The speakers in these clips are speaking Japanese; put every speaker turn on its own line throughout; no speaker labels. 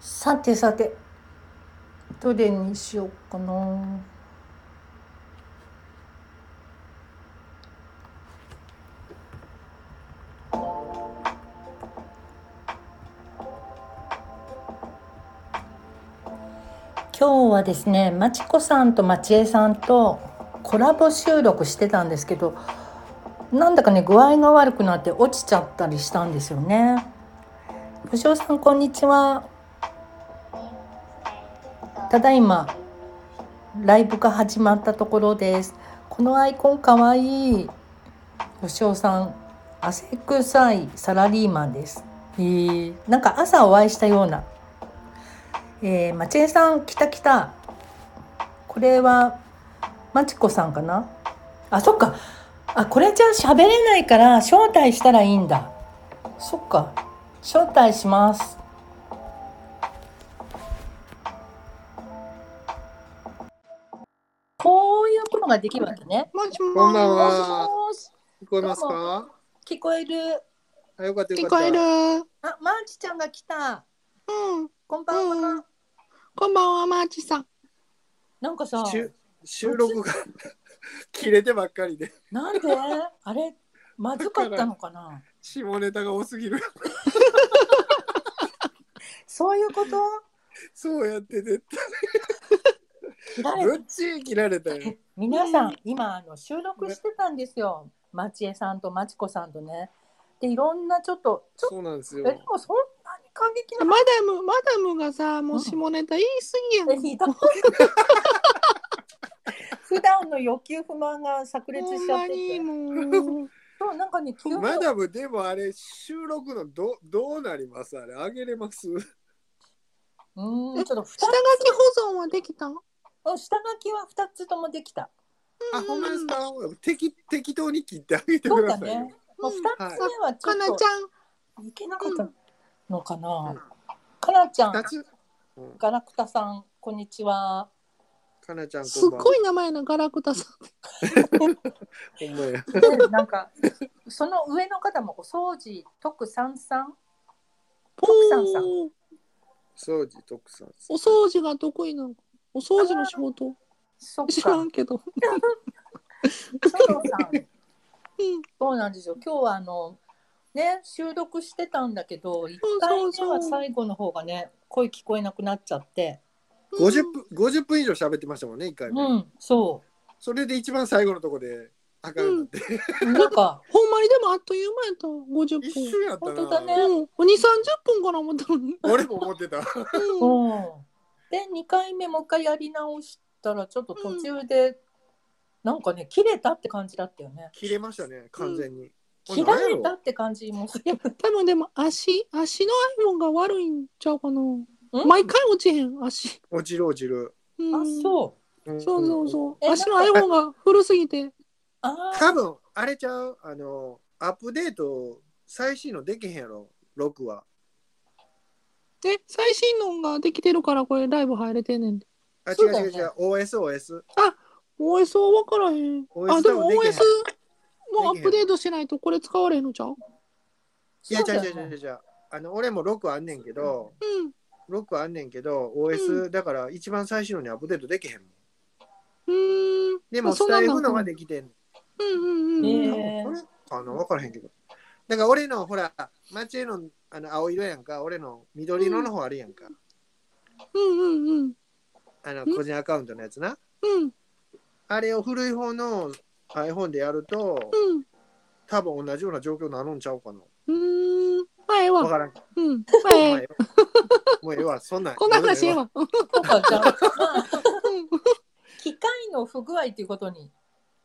さてさてどれにしようかな今日はですねまちこさんとまちえさんとコラボ収録してたんですけどなんだかね具合が悪くなって落ちちゃったりしたんですよね。武将さんこんにちはただいまライブが始まったところですこのアイコンかわいい武将さん汗臭いサラリーマンですへえなんか朝お会いしたようなえー、まちえさん、きたきた。これは、まちこさんかなあ、そっか。あ、これじゃ喋れないから、招待したらいいんだ。そっか。招待します。こういうことができるわけね。
もしもし
こんばんは
もし
聞こえますか
聞こえる。
あよかった
もし聞
よかっ
こ
た
える。
あ、まーちちゃんが来た。
うん。
こんばんは。
うんこんばんは、マーチさん。
なんかさ、
収収録が 切れてばっかりで
なんで あれ、まずかったのかな
下ネタが多すぎる
そういうこと
そうやって絶
切ら
対
れ
ぶっちぎ切られたよ
え皆さん、今あの収録してたんですよ。まちえさんとまちこさんとね。で、いろんなちょっと、ちょっ
そうなんです
と、
よ
えでもそんなに過激
マダ
な。
ム、マダムがさ、もう下ネタ言いすぎやん。
えひ どい普段の欲求不満が炸裂
ほ
し
ん
ちゃっ
ま
て
に
て。
も う。
そう、なんかね、急に
マダムでもあれ収録のどどうなりますあれあげれます
うーん、ちょっと二つ
下書き保存はできた。
うん下書きは二つともできた。
あほんまですか適適当に切ってあげて
そ
く
う
だ
だ
さいよ
ね。もう二
は
つ目はち
かな
ょっ
ちゃん。
といけなかったのかな。かなちゃん、
二つうん
ガラクタさん、こんにちは。
かなちゃん
す
こ
っ
んばん
ごい名前のガラクタさん。
ほんまや
でなんかその上の方もお掃除徳さんさん
ポ
さんさん
ー
掃除徳さん
お掃除が得意なの。お掃除の仕事。
そっか
知
佐
らんけど。
藤さん
うん。
そうなんですよ今日はあのね収録してたんだけど1
そう
回
そ
目
うそう
は最後の方がね声聞こえなくなっちゃって
五十分五十分以上喋ってましたもんね一回
う
目、
んそ
それで一番最後のとこであかんなって、
うなんか
ほんまにでもあっという間やった。五十分。
一瞬やった
本
な
当だね
うん。二三十分かな思ったのに。
俺も思ってた。
うん。
うんで2回目もう一回やり直したらちょっと途中でなんかね切れたって感じだったよね
切れましたね、完全に。
切られたって感じもする
多分でも足足のアインが悪いんちゃうかな
うん
毎回落ちへん足、
落ちる落ちる。
うん、
あ
う
そう
うん
そうそうそう、
え
足のアインが古すぎて
あー
多分、あれちゃうあの、アップデート、最新のできへんやろ、6は。
え最新のができてるからこれライブ入れてんねんで
あ、違
そううだよ
違う
ね
違う、OS、OS。
OS は分からへん
OS
あでも
多分できへん
OS もアップデートしないとこれ使われへんのちゃう
いや、
そうだよ
違う
ね
違う違う違う。あの、俺も6あんねんけど、
うん
6あんねんけど、OS、だから一番最新のにアップデートできへんもん。
うーん
でも、
そ
ス
んな
タ
ん
イ
なん
フのができてん
うんうんうん、
ねえへー
これかな分からへんけど。だから俺のほら、街のあの青色やんか、俺の緑色の方あるやんか。
うんうんうん
あの
ん
個人アカウントのやつな。
うん
あれを古い方の iPhone でやると、
うん
多分同じような状況になるんちゃうかな。
うーんまあええ
わ
わ
からん。
うんまあえ
もうえ
え
えわもうええわ、そんなん。
こんな話ええ
もう
わうん
そうかじゃあまあ
うん
機械の不具合ということに。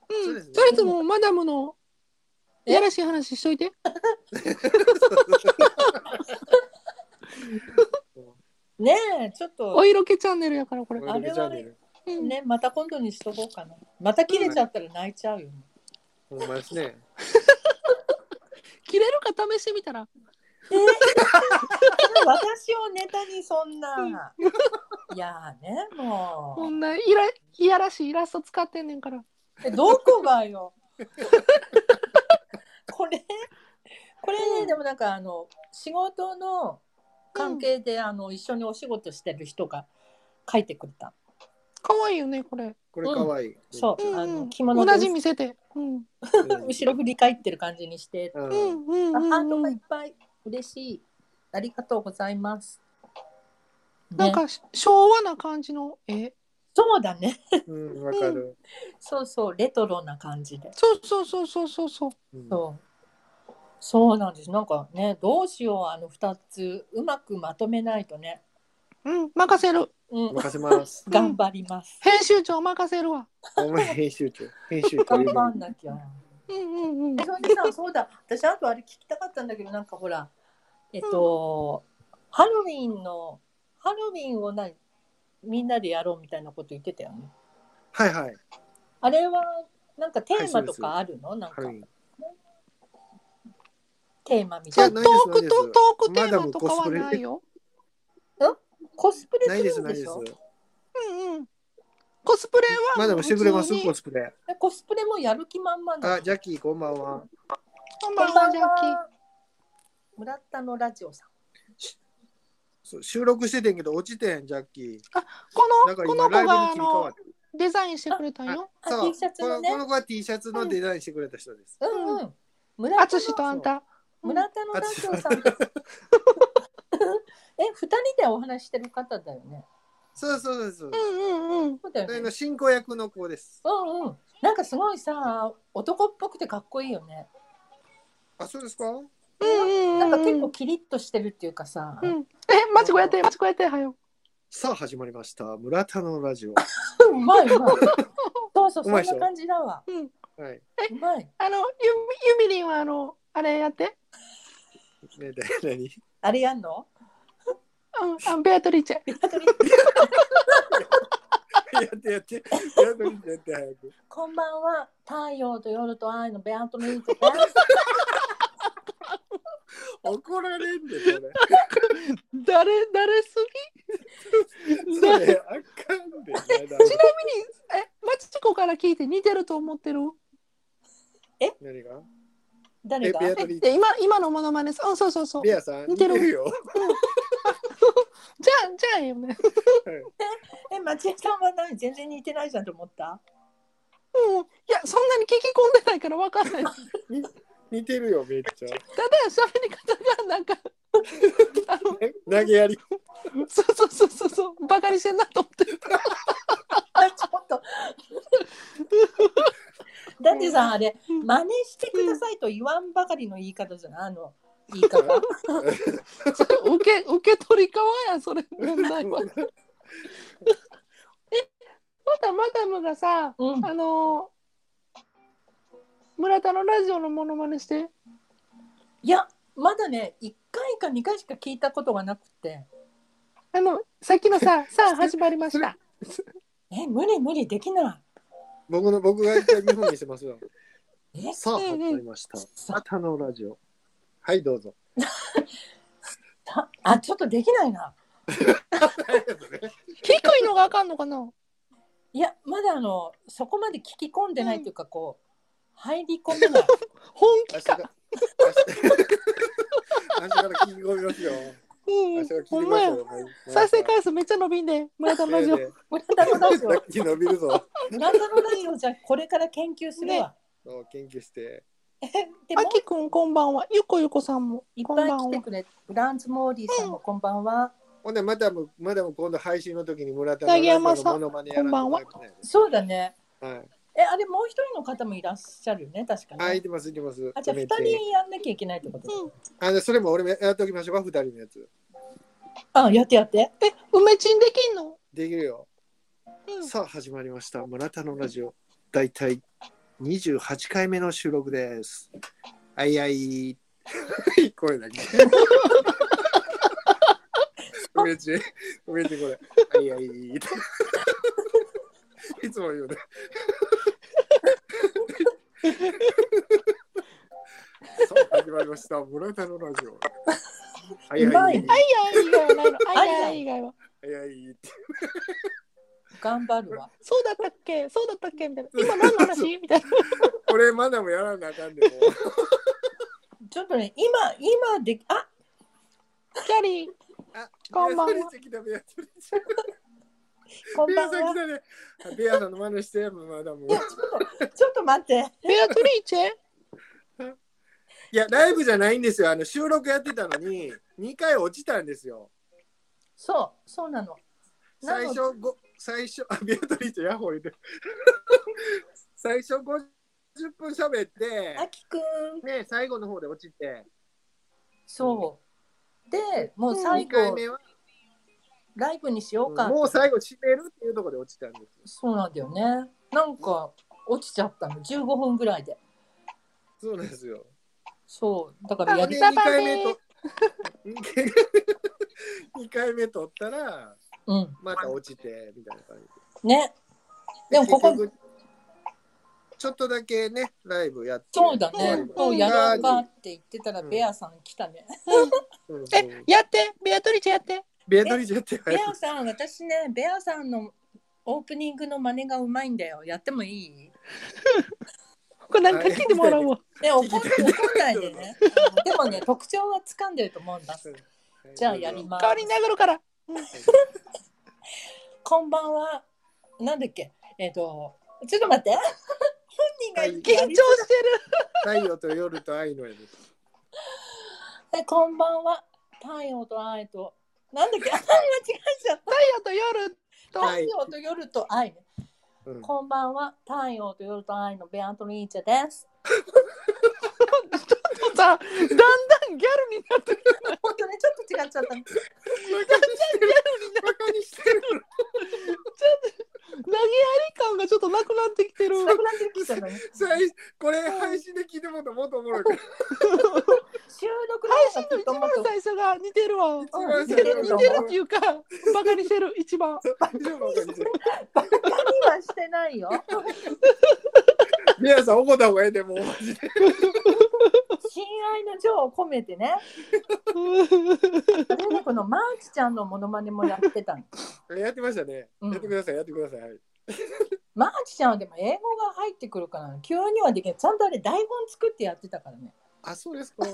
う
そうんですね
とりあえずもうマダムの
え
やらしい話しといて。
ねえ、ちょっ
お
と。
色気チャンネルやからこ
え
れ
え。わ。
あれはね
うん
ね、また今度にしとこうかな。また切れちゃったら泣いちゃうよね。
ほんまですね。
切れるか試してみたら。
えー私をネタにそんな。いやーね、
こ
も
んないらいやらしいイラスト使ってんねんから。
う。えどこがよ。 これ、これね、でもなんかあの、仕事の関係で、あの一緒にお仕事してる人が書いてくれた。
可愛いよねこれ。
これかわいい。
そう、
うん
あ
う
の
ん
着物で
同じ店で。うん
うん。
後ろ振り返ってる感じにして、
う
うんんうん
あ
うん
ハート
う
がいっ
ん。
ぱい嬉しい。ありがとうございます。ね
なんかし昭和な感じの絵。
そうだね。
うん、わかる。
そうそうレトロな感じで。
そうそうそうそうそうそう。
うん
そう。そうなんです。なんかね、どうしようあの二つうまくまとめないとね。
うん任せる。
うん。
任せます。
頑張ります。
編集長任せるわ。
お前編集長。編集長
頑
いるの
張
に
んなきゃ。
うんうんうん
え。それでさ、そうだ。私あとあれ聞きたかったんだけど、なんかほら、えっと、ハロウィンのハロウィンをなみんなでやろうみたいなこと言ってたよね。
はいはい。
あれはなんかテーマとか
は
あるの？なんか
ハロウィン
テーマみ
じ
た
ゃ
い
あ
な。
ト
ない
ー
ですない
ク
です
とトークテーマとかはないよ。
コスプレ
ないですす
るん
ない
で
で
し
す。
ょ？
うんうん。コスプレは
マダムしてくれます
普通に
コスプレ。
えコスプレもやる気満々だ。
あ、ジャッキーこんばんは。
こん
こ
ばん
んば
は
ん
ジャッキー。
は。村田のラジオさん。
そう収録しててんけど落ちてんジャッキ
こ
ー。
の
だから
こ
今
の子
ライブ
があ
に切り替わっ
の
て。
デザインしてくれたんよ。
あ
そう
T シャツ
こ
の
の
ね
こ。の子は T シャツのデザインしてくれた人です。
うんうん。村
あ
田
つ
の
しとあんた。
村田のラジオさんです。 え、二人でお話ししてる方だよね。
そうそうそうそう。
うんうんうん。
そうだよ
それの
ね。
進行役の子です。
うんうん。なんかすごいさ、男っぽくてかっこいいよね。
あ、そうですか。
うん
なんか
うんう
結
んう
構
ん。
キリッとしてるっていうかさ。
うんえ、マチコやって、マチコやって、はよ。
さあ始まりました。村田のラジオ。
うまいうまい。そうそう、そ
う
ん
まいっしょ
な感じだわ。
はい。
うまい。
あの、ゆ、ゆみりんは、あの、あれやって。
ね、で、 何。
あれやんの。
うん、あ、ベアトリーチェ。
やってやって。やってやって早く。
こんばんは。太陽と夜と愛のベアントミルクです。
怒られん で、それ。
誰、誰すぎ。
そ
誰
れ、あかんで。
ちなみに、え、マチコから聞いて似てると思ってる。
何が。
誰
え、
が。
ベア
え
トリー。
で、今、今のモノマネさ、うん、そうそうそう。じ
ベ
ゃ
アさん。
似てる
よ。
あ、じゃあ、よね。
え、町江さんは何、全然似てないじゃんと思 った。
うん、いや、そんなに聞き込んでないから、わかんない。
似てるよ、めっちゃ。
ただ喋り方がなんかあの
え投げやり。
そうそうそうそうそうバカにしてんなと思って
あちょっ と。だってさ、あれ、
うん
真似してくださいと言わんばかりの言い方じゃない、あ の。言い方。
それ受け受け取り側やそれ問題 は。またマダムがさ、
うん
あのー村田のラジオのモノマネして
いや、まだね、一回か二回しか聞いたことがなくて。
あのさっきの さ「さあ始まりました
え、無理無理できな
僕の、僕が一回日本にしてますよ。
い。え、
さあ、始まりました。村田のラジオ。はい、どう ぞ。
たあ、ちょっとできないな。」
低いのがあかんのかない
や、まだあの、そこまで聞き込んでないというか、こう。入り込めない。
本
明
気
日か。
から
明日から聞き込みますよ。
うん
明
う
日から聞
ん
き
ほ
込
ん
み
ま
ます
や
よ。
再生回数めっちゃ伸びんで村田のラジオ
ね
村田の ラジオ。
えねえ伸びるぞ。
村田のラジオじゃ、これから研究するわ。
そう研究して。
えでも
あきくんこんばんはゆこゆこさんも
いっ
こん
ぱ
ばん
い来て
は
くれ。ブランズモーリーさんもこんばんは。
ほんでまたもまだも今度配信の時に村田
竹山さん
のマネやら
こんばんは
といけないです
そうだね。
はい。
え、あれもう一人の方もいらっしゃるよね、確かに。
あいてますいてます。
あ、じゃあ二
めっちゃいい
人やんなきゃいけないってこと、
うん
あでそれも俺もやっておきましょうか二人のやつ。
あ、やってやって。
え、梅ちんできんの。
できるよ。
うん
さあ始まりました村田のラジオ。だいたい二十八回目の収録です。あいあ い。これだけ。うめちうめちこれ。あいあい。いつも言うね。さあ始まりました村田のラジオ。あいあい。
うまいね
アイアイ以外は ないの。アイア
アイアイ
イ以外は。
あいあい。
頑張るわ。
そうだったっけ、そうだったっけみたいな。今何の話みたいな。
これまだもやらなあかんでもう。
ちょっとね、今、今で、あ、
キャリー、
あ、
こんばんは
ベアさ来たベアさん来
こんばん
たベアさん来
は。
たね。ベアさんの真似して、まだもう。
ちょっと待って。
ベアトリーチェ
いや、ライブじゃないんですよ。あの収録やってたのに、2回落ちたんですよ。
そう、そうなの。な
最
の
初、ご最初、あ、ビアトリーチェ、ヤッホー言うてる最初50分喋って、
あきくん。
ね、最後の方で落ちて、
そう。で、もう最
2回
後、
目は、
ライブにしようか。
もう最後閉めるっていうところで落ちたんですよ。
そうなんだよね。なんか、落ちちゃったの。15分ぐらいで。
そうなんですよ。
そう。だからやり、
で、
や
2
りたば
回
ね
目と、2回目取ったら、
うん。
また落ちて、みたいな感じで。
ね。でもここ
結局ちょっとだけね、ライブやって。
そうだね。
そ
そうやろうかって言ってたら、
うん
ベアさん来たね。
うん
え、やってベアトリーチェやって
ビアトリーチェって
ベアさん、私ね、ベアさんのオープニングの真似がうまいんだよ。やってもいい
これなんか聞いてもらおうわ。
ね、怒って怒んないでね。うんでもね、特徴は掴んでると思うんだ。じゃあやります
代わりに殴るから。
こんばんは。なんだっけえっ、と、ちょっと待って。本人が
緊張
緊
してる。
太陽と夜と愛の夜です。
でこんばんは。太陽と愛と。なんだっけ間違えちゃった。
太陽と夜と。
は
太
い
陽と夜と愛ね。
うん
こんばんは。太陽と夜と愛のベアトリーチェです。
さ、だんだんギャルになってる。
本当ね、ちょっと違っちゃった。
バカにしてる。
投げやり感がちょっとなくなってきてる。
なくなってきちゃったね。
最これ配信で聞いてもらったらもっとおもろいから。
収録の
配
方が
信
き
の
っ
一
とも
番
っと
最初が似てるわ。
一番
似
最
てる似
初が
てるっていうか、バカにしてる、一番。
一番バカにしてる
気にはしてないよ。
皆さん怒った方がええでもうマジで。
親愛の情を込めてね。それでこのマーチちゃんのモノマネもやってたの。
やってましたね。
うん
やってください、やってください。はい
マーチちゃんはでも英語が入ってくるから急にはできない。ちゃんとあれ台本作ってやってたからね。
あ、そうですか。
そ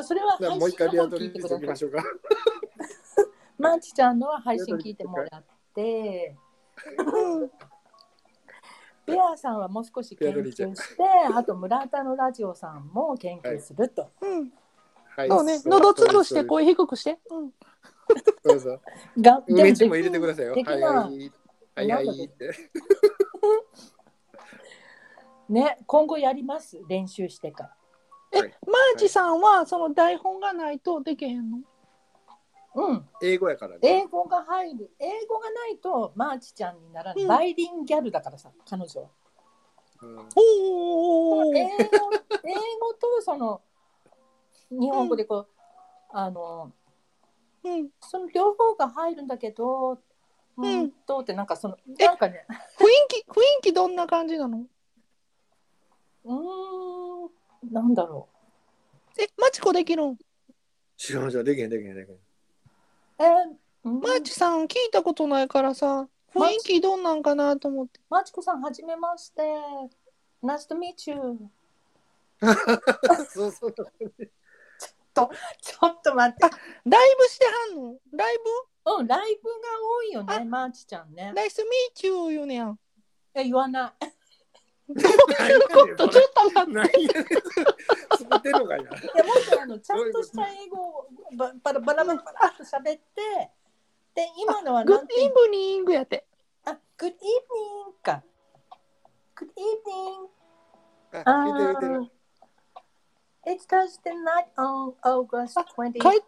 うそれは
じゃあ
配
もう一回
信
ビア
の
ト
方
リ
聞い
ーチ
て
ェ
く
して
ださ
いきま
い。
しょうか。
マーチちゃんのは配信聞いてもらって、ベアさんはもう少し研究して、あと村田のラジオさんも研究すると。
うん
はい
そうね、喉つぶして声低くして。うん
どうぞ。
がでも
梅
で
チ
き
も入れてくださいよ。
でき
は
ない
いはい。はい
な
は
んだ
い
っ
って。
ね今後やります練習してから。
え、
は
マ
い
ーチさんはその台本がないとできへんの
うん。
英語やからね。
英語が入る英語がないとマーチちゃんにならない、
うん
バイリンギャルだからさ彼女は
うん
お
英
ー
語英語とその日本語でこう、あの
うん
その両方が入るんだけどうーんとってなんかその
え
なんかね
雰囲気、雰囲気どんな感じなの
うーんなんだろ
え、マチコできるん
知らんじゃんできへんできへんできへん。
うえーうん
マーチさん聞いたことないからさ、雰囲気どんなんかなと思って。
マーチコさんはじめまして Nice to meet you
そうそう。
ちょっと待って
ライブしてはんのライ
うんライブが多いよねマーチちゃんね
ブナイスミーチュー言うねやん。
いや言わない
ちょっとちょっと待って。
何やねん作ってんのかいな。
いやもっとあのちゃんとした英語をばバラバラバラバラっと喋ってで今のは
グッ
な
ド
んて
イブニングやって。
あグッ d evening かグッ d evening
あ、見てる見てる。
It's Thursday night on August 27
かい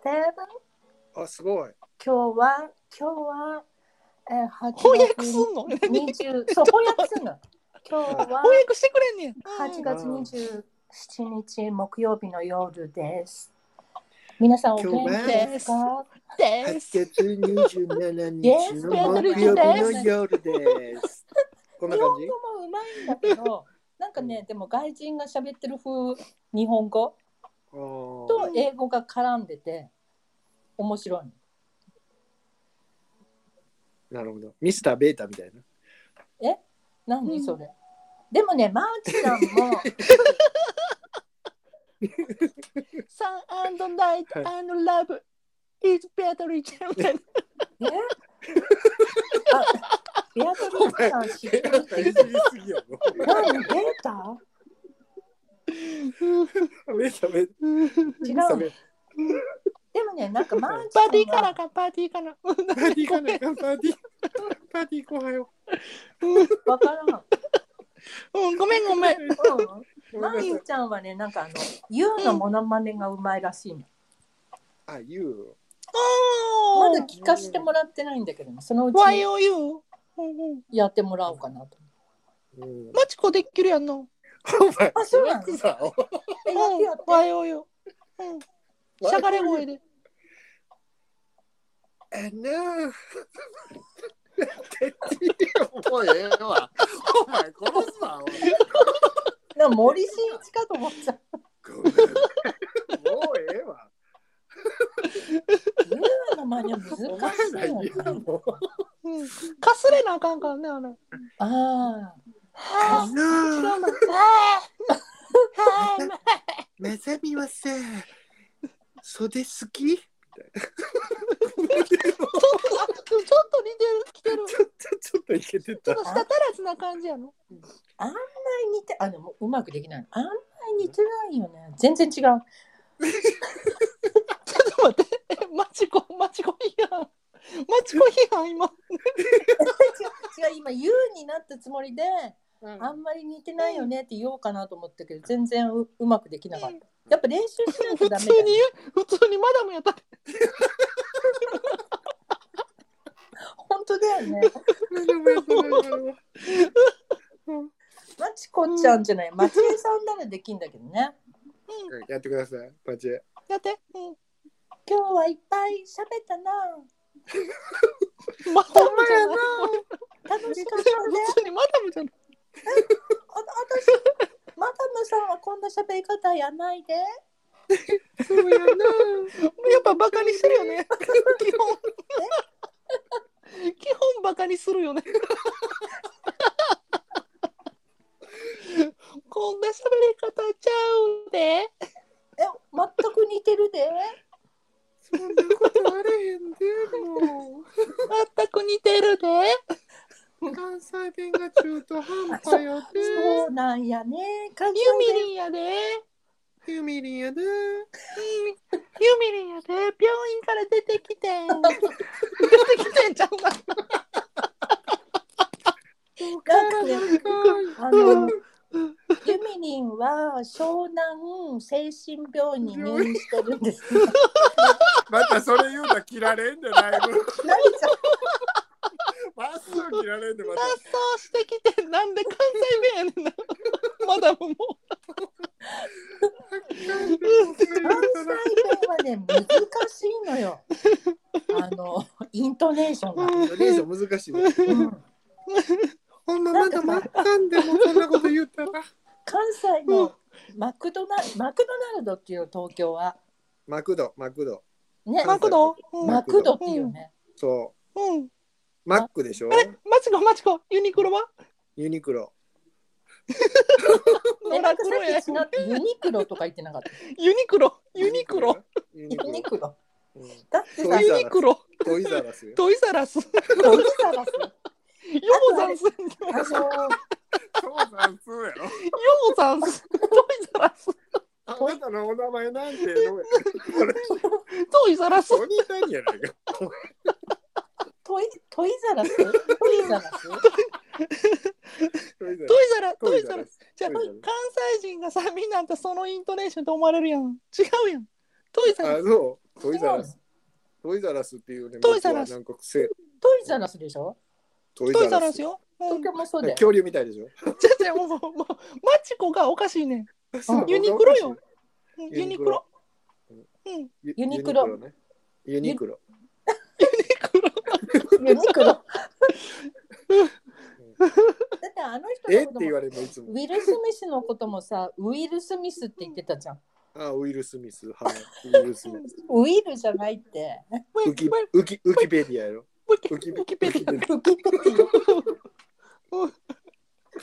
あ、すごい。
今日は今日はえー8月
翻訳すんの翻
20そう翻訳するの今日は
訳してくれんねや。
8月27日木曜日の夜です皆さんお元気です
今
か
8
で
月
す。
27日
Yes,
の木曜日の 夜です。こんな
日
感
本
じ
語もうまいんだけ どなんかねでも外人が喋ってる風日本語
あー
と英語が絡んでて面白いの
なるほど。ミスターベータみたいな。
何、
う ん
それでもねマーチさんも
サンアンドナイトアンドラブ is better than
ね。あ、ベアトリスさん知ってるって
い
言
じ
っ
りすぎや
てないベータ
ろ。目覚め、
違
目覚
う。
め。
でもね、なんかマーチ
パ
さん
ーティーから
は
かパーティーから
パーティー行かないか、パーティー。パーティー後輩を。
わからん。
うんごめんごめん
う
ご
ん、
めん
マ
なさ
リ
い
ンちゃんはね、なんかあの、ユウのモノマネがうまいらしいの。
あ、ゆう。
ま
お
だ聞かせてもらってないんだけども、そのう
ー Why
ち
are you? うんうん
やってもらおうかなと。
うん。
マチコできるやんの
お前、
あ、そうなの
楽さ。
え、やってやって。
Why are you? うんしゃがれ声で
え、ねえ。もうええわ。お前、殺すな。お前
なんか森進一かと思っちゃう。
ごめんもうええわ。
ユウのマネは難し
お前ら
いよ
言
ね。
うもん。
うんかすれなあかんからねあれ
あ
はあ違う
なあ
なはあはあ
目覚みはさ、袖好きみたいな。
ちょっと、あちょっと似てる、来てる。
ちょっと、ちょっといけて
ちょ
た
っ。と舌足らずな感じやの。
あんまり似て、あ、でもうまくできない。あんまり似てないよね。全然違う。
ちょっと待って、えマチコ、マチコ批判。マチコ批判、今。
違う、今ユウになったつもりで、あんまり似てないよねって言おうかなと思ったけど、全然ううまくできなかった。やっぱ練習しないと
普
ダメ
通
だ、
に
ね。、
普通にマダムやった。
本当だよね。マチコちゃんじゃない、マチエさんならできんだけどね。
やってください、パチェ。
やって。う
今日はいっぱい喋ったな。
ん。マダムじゃない。
楽しかったね。
普通にマダムじゃない。
あ、私、マダムさんはこんな喋り方やないで。
そうやな。やっぱバカにしてるよね。基本。 基本バカにするよね。こんな喋り方ちゃうで。
え、全く似てるで。
そんなことあれへんでも
全く似てるで。
う関西弁が中途半端やで
そうなんやね。関西
ユミ
弁
リンやで。
ユミリンやで
ユミリンやで。病院から出てきてん。出てきてんちゃうか。
なんかねあ
う
の
ん
ユミリンは湘南精神病院に入院してるんです。
またそれ言うたら切られんでライブ
何じゃ
まっすぐ切られんでま
脱
た
走してきてん。なんで関西弁やねんな。マダムも。
関西弁はね難しいのよ。あのイントネーションが。
レーション難しいね
うん
ほんままだ待ったんでもそんなこと言ったら
関西のマクドナマクドナルドっていうの東京は
マクドマクド
ね
マクド。
マクドっていうね、
そ
うん。
うマックでしょ
あれ、マチコ、マチコ、ユニクロは。
ユニクロ
ね
ノ
な
ラ
んか
ク
さ
ロや
っ。き違ってユニクロとか言ってなかった
ユニクロ。ユニクロ。
ユニク
ユニ
ロ
クロ
うん
だって
そう
さ
いう
ユニクロ。
トイザラスよ
トイザラス。
ドルサラス
ヨウザンス。ヨ
あの
そうなんすやろ
ウザンス。トイザラス。
あなたのお名前なんてどうやこれ
トイザラス。
ソニータニやないか
トイトイザラストイザラス
トイザ
ト
ラ
イ
ス
ザラ。トイザラス。じゃあ、
ト
関
イザラス
西人がさ、みんなあんたそのイントネーションと思われるやん。違うやん。トイザラ
あ
ス。
そうトイザ
違う
ラストイザラスっていうね
トイザラス
僕はなんか癖
トイザラスでしょ
ト
トイザラスよ。うん
東京もそうだよ
恐竜みたいでしょ
じゃあじゃあもう、もう、もうマチコがおかしいねん。
うん
ユニクロよ。うん
ユ
ユ
ニ
ニ
ク
ク
ロ
ロ。うん。
ユ
ユニクロ
ユねユニクロ
ユニクロだってあの人
えっ
のこ
て
と
言
も
われるのいつも
ウィル・スミスのこともさウィル・スミスって言ってたじゃん
あウィル・スミスはいウィル・スミス
ウィルじゃないって
ウキウキウキペディアやろ
ウキ
ウキ
ウキペディ
ウキペディア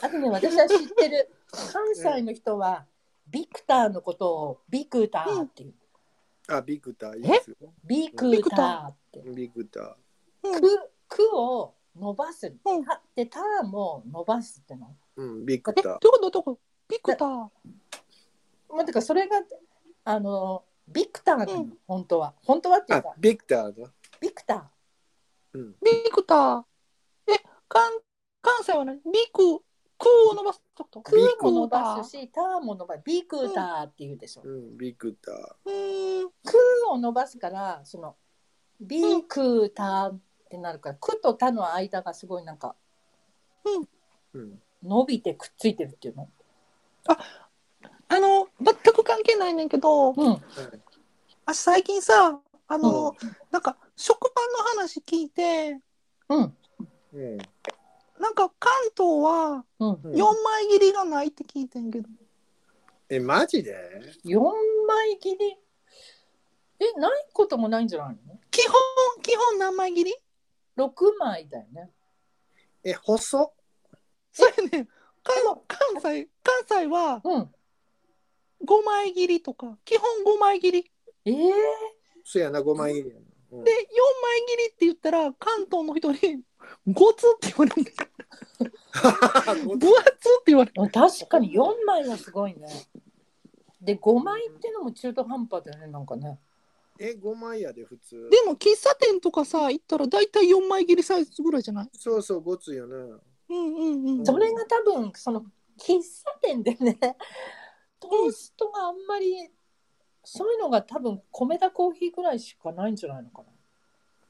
あとね私は知ってる関西の人はビクターのことをビクターっていう。
あ、ビクターいいですよ。
ビクターって。
ビクタ
う
く、
ん
くを伸ばす。
うん
たで、たも伸ばすっての。
ー。うん、ビク
え
ター。
どこどこどこピクター
まあ、てか、それが、あの、ビクターなの、
うん
本当は。本当はってい
あ
うか、、
ビクターだ。
ビクタ
うん。
ビクターえ関関西は何ビククを伸ばすってこと
ー。
ク
く
ビ
も
ク
伸ばすし、たも伸ばす。ビクターっていうでしょ。
うん、ビクター。
うーん
くを伸ばすから、その、ビクターってなるから、くとたの間がすごいなんか、
うん。
伸びてくっついてるっていうの。
あの全く関係ないねんけど
うん。
はい
あ最近さあの、なんか食パンの話聞いて
うん。
うん。
なんか関東は
うん。
うん
4枚切りがないって聞いてんけど、
え、マジで
4枚切り。え、ないこともないんじゃないの
基本基本何枚切り
?6 枚だよね。
え、細っ
そうやねん関関西関西は
うん。
5枚切りとか基本5枚切りで
ええ
そやな、5枚入りやな。う
4
ん
枚切りって言ったら関東の人に「ごつ」って言われる分厚って言われる
確かに4枚はすごいね。で、5枚ってのも中途半端だよね、なんかね。
え、5枚やで、普通。
でも喫茶店とかさ行ったら大体4枚切りサイズぐらいじゃない
そうそう、ごついよな。
うんうんうん
それが多分、その、喫茶店でね、トーストがあんまり、そういうのが多分、米田コーヒーぐらいしかないんじゃないのか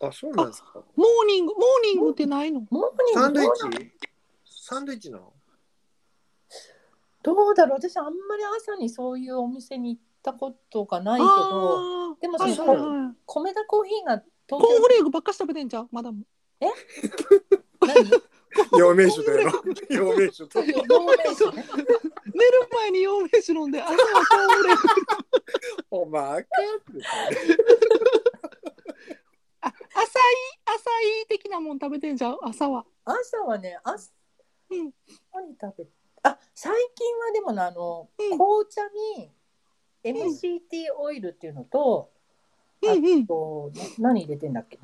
な。
あ、そうなんですか。
モーニングモーニングってないの
モー
サ
ニング
ンドイ
どう
ッチサンドイッチなの
どうだろう私、あんまり朝にそういうお店に行ったことがないけど、
あー
でも
はい
そ
はい
の
はい
米田コーヒーが
コ
東
ーンフレークばっか食べてんじゃんマダム
京何
陽明酒だよ。 陽明酒と。
東京
寝る前に陽明酒飲んで朝はコーンフレーク
お前、あかんって
あ浅い浅い的なもん食べてんじゃん朝は
朝はね朝
うん
何食べあ最近はでもねあの、
うん
紅茶に MCT オイルっていうのと、
うんうん
こうな何入れてんだっけな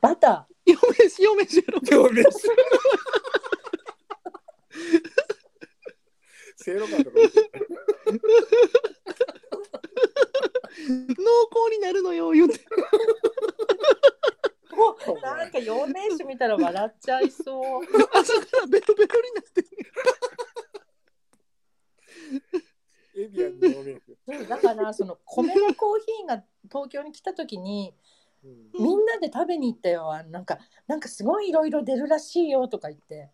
バタ
陽明酒陽明酒やろ
陽明酒。せいろかんとか言ってる。
濃厚になるのよ言うて
ーもうなんか陽明酒見たら笑っちゃいそう
朝からベロベロになって
エビアンの陽明酒。
そうだからその米のコーヒーが東京に来た時に
うん
みんなで食べに行ったよあなんかなんかすごいいろいろ出るらしいよとか言って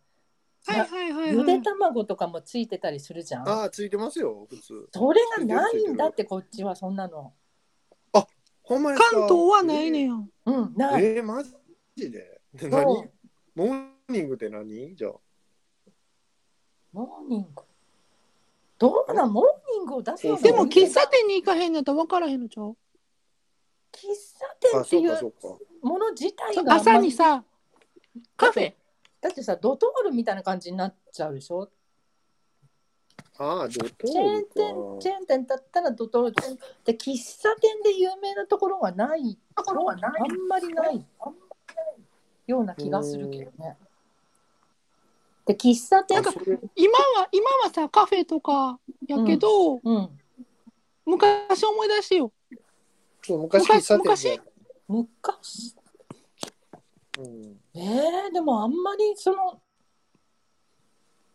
はい
はいは
ゆで卵とかもついてたりするじゃん。
ああ、ついてますよ、普通。
それがないんだってこっちはそんなの。
ほんまですか
関東はないね。ん
うん、ない。
えー、マジでで何
そう
モーニングって何じゃあ。
モーニング。どうなんモーニングを出すのが
でも
いいね
喫茶店に行かへんのやったら分からへんのちゃう
喫茶店
あ、
って
そ
いう
かそう
う
か。
もの自体があんま
朝
り
にさカフェ
だってさドトールみたいな感じになっちゃうでしょ
ああ、ドト
チェーン店
ール
チ
か。
ェーン店だったらドトール店で喫茶店で有名なところはないところはないあんまりないあんまりないような気がするけどねで喫茶店
あそれ
今は今はさカフェとかやけど、
うん
昔思い出してよ
そう昔喫茶店で。
昔
うん
えー、でもあんまりその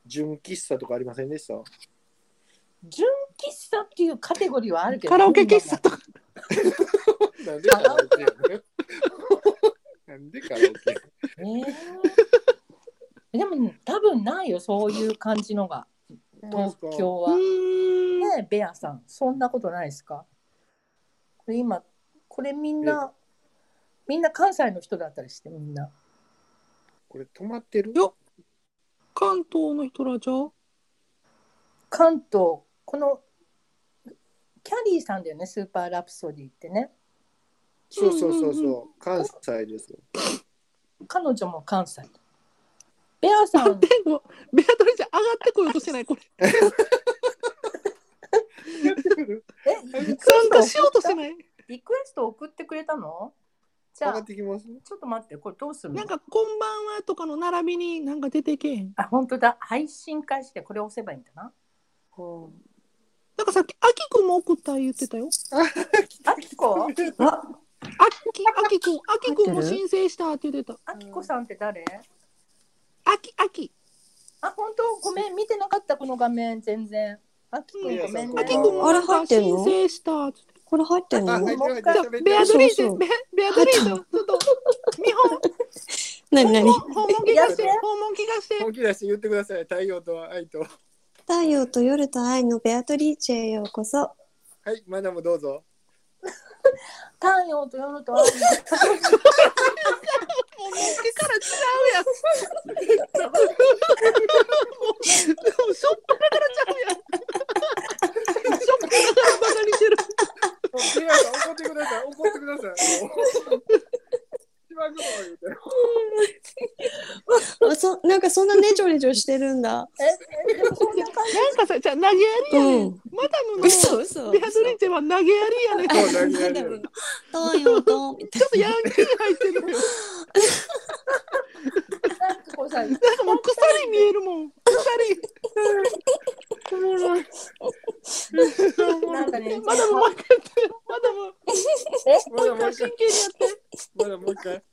純喫茶とかありませんでした
純喫茶っていうカテゴリーはあるけど
カラオケ喫茶とか
なんでカラオケやねなんでカラオケ
えーでも多分ないよそういう感じのが東京
う
は。
ーん
ねえベアさんそんなことないですかこれ今これみんなみんな関西の人だったりしてみんな
これ止まってる
よ関東の人らじゃう
関東このキャリーさんだよねスーパーラプソディってね
そうそうそう
うんう
そう。関西ですよ。
彼女も関西ベアさん
でもベアトリちゃん上がってこようとしてないこれ
かる
え、リクエスト
参加
送
しようとしてない
リクエスト送ってくれたのじ
分
ゃ
かっ
あ、
てきます
ちょっと待って、これどうする
な
の
んか「こんばんは」とかの並びになんか出てけえへん
あ、本当だ。配信開始でこれ押せばいいんだな。
なんかさっき「あきくんも送った」言ってたよ
あきこ あ、
あきあきくんあきくんも申請したって言ってた
あきこさんって誰
あきあき
あ、本当ごめん。見てなかった、この画面。全然。あきこ
うん
ごめん
あ
あ
き
き
く
く
ん
ん
も
も
なん
入
か
ってん
申
の
請したって
これ入ってん
あ
の
入ってる入ってる
じゃあベ
喋って
ア
る
ドリーゼ
そうそう
ベベアドリーゼちょっと見本
なになに
訪問気がして
や
訪問気がして
本気出して言ってください太陽と愛と
太陽と夜と愛のベアトリーチェへようこそ。
はいマダムどうぞ
太陽と夜と愛の
もう見つけから違うやん。もう、しょっぱなからちゃうやん。しょっぱなからバカにしてる。
平野さん怒ってください怒ってくださいもう一番こと言うて
あ、そ、なんかそんなねちょねちょしてるんだ。
え、 でもそんな感じ。
なんかさ、じゃあ投げやり
う
やねん。
ん。
マダムの
嘘嘘。
ベアドリーチェは投げやりやねん。
あ
ち
そう投げや
マ
り
ダムの太陽とみたい
ょっとヤンキー入ってるのよ。
なんかこうさ、
なんかもう鎖見えるもん。鎖。
なんかね、
マダムもう一回やって。マダム、
まだも
も
う
う一回
一
真
回
剣にやって。
まだもう一回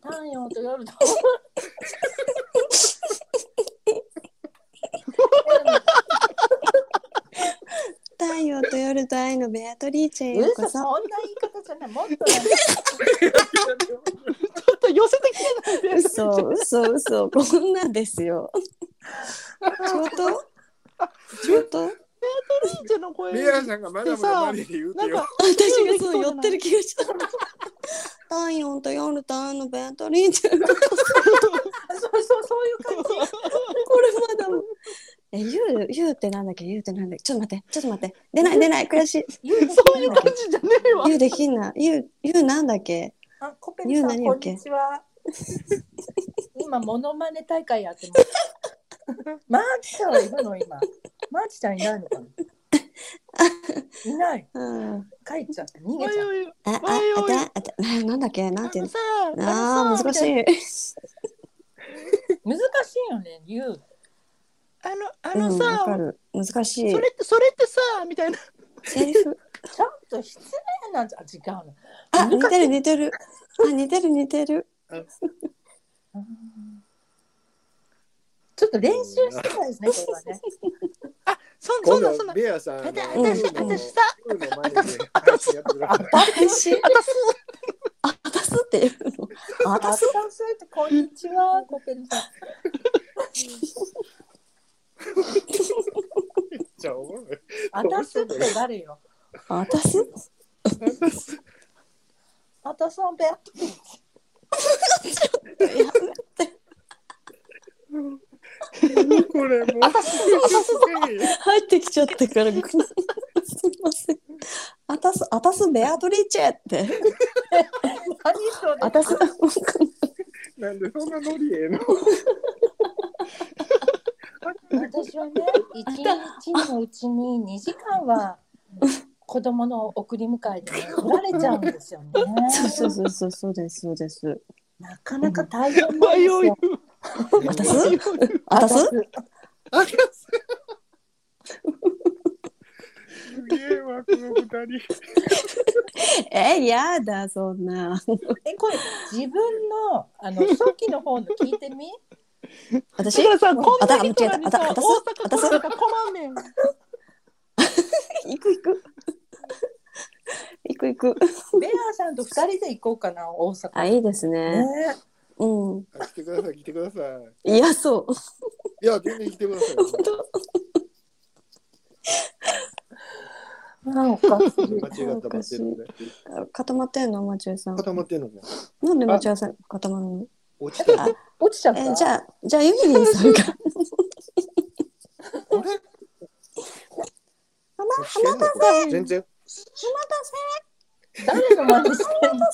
太陽と夜と。
な。太陽と夜と愛のベアトリーチェへ
え
ようこ
嘘そん
そ。
な言い方じゃない。もっとなんか
ちょっと寄せてきてない。
嘘嘘嘘。こんなんですよ。上等上等あ、
ベアドリーチェの声。
レアさんがマダムのマネに言うて
なん
よ
か。
私がそう寄ってる気がしちゃった。太陽と夜と愛のベアトリーチ ェ。
そうそうそういう感じ。
これまだも。え、ゆう、ゆうってなんだっけ、ゆうってなんだっけ、ちょっと待って、ちょっと待って、出ない、出ない、悔しい。
そういう感じじゃねえわ。
ゆうできんな、ゆう、ゆうなんだっけ。
あ、コペルさん
言う何
こ
や
ん
っけ
にち は。今モノマネ大会やってます。 マーチちゃんはいるの今。マーチちゃんいないのかな。 いない。
うん。
帰っちゃった。逃
お
げ
い
ちゃっ
おい
あ、あ、
おいお
あ
い
た、あた、ななんだっけ、なんていうの。
さあ
あ
の
あ、
さ
難しい。
た。難しいよね。言う。
あのあ
う
の
ん、わ
さ、
かる。難しい
そ。れってそれってさみたいな
セリフ。
ちょっと失礼なんじゃ。あ違うの。
あ、似てる、似てる。あ、似てる、似てる。
ちょっと練習してたいですね。これは ね。
そんそ
今
んなそんな
度レアさんの
あたあ
うん
たしあたしさ
ルーのマネで配信やってください。
私、あたす。あたすっていうの。あ
あ
た
た
す
す。ってこんにちは。コペルさん。
じゃあおもろい
あたすって誰よ。
あたす。
あたさんべ。
これもう。あ
入ってきちゃったから。すみません。あたす、あたす、ベアトリーチェって。
何それ。
あたす。
なんでそんなノリええの。
私はね一日のうちに2時間は子供の送り迎えで、ね、取られちゃうんですよね。
そうそうそうそうそうですそうです。
なかなか大変なん
迷
です
い
よ。
あたすあたす
すげえわこの二人。
えやだそんな。
えこれ自分のあの初期の方の聞いて み。
私
だからさこんだけとかに
あ
さ
た
大
あた
阪
あた
来
す
られたら困んねん
行く行く。行く行く。
ベアさんと二人で行こうかな大阪。
あいいですね。
ね
うん。
来てください来てください。
いやそう。
いや全然来てください。
なんか
間違った間違っ
固まってんの町江さん
た。。固まってんのか。
なんで町江さん固まるの？
落ちた。あ
あ
れ
落ちちゃった。
えじゃあじゃあユミリンさんが。
してんのか全然。
誰の真似してんの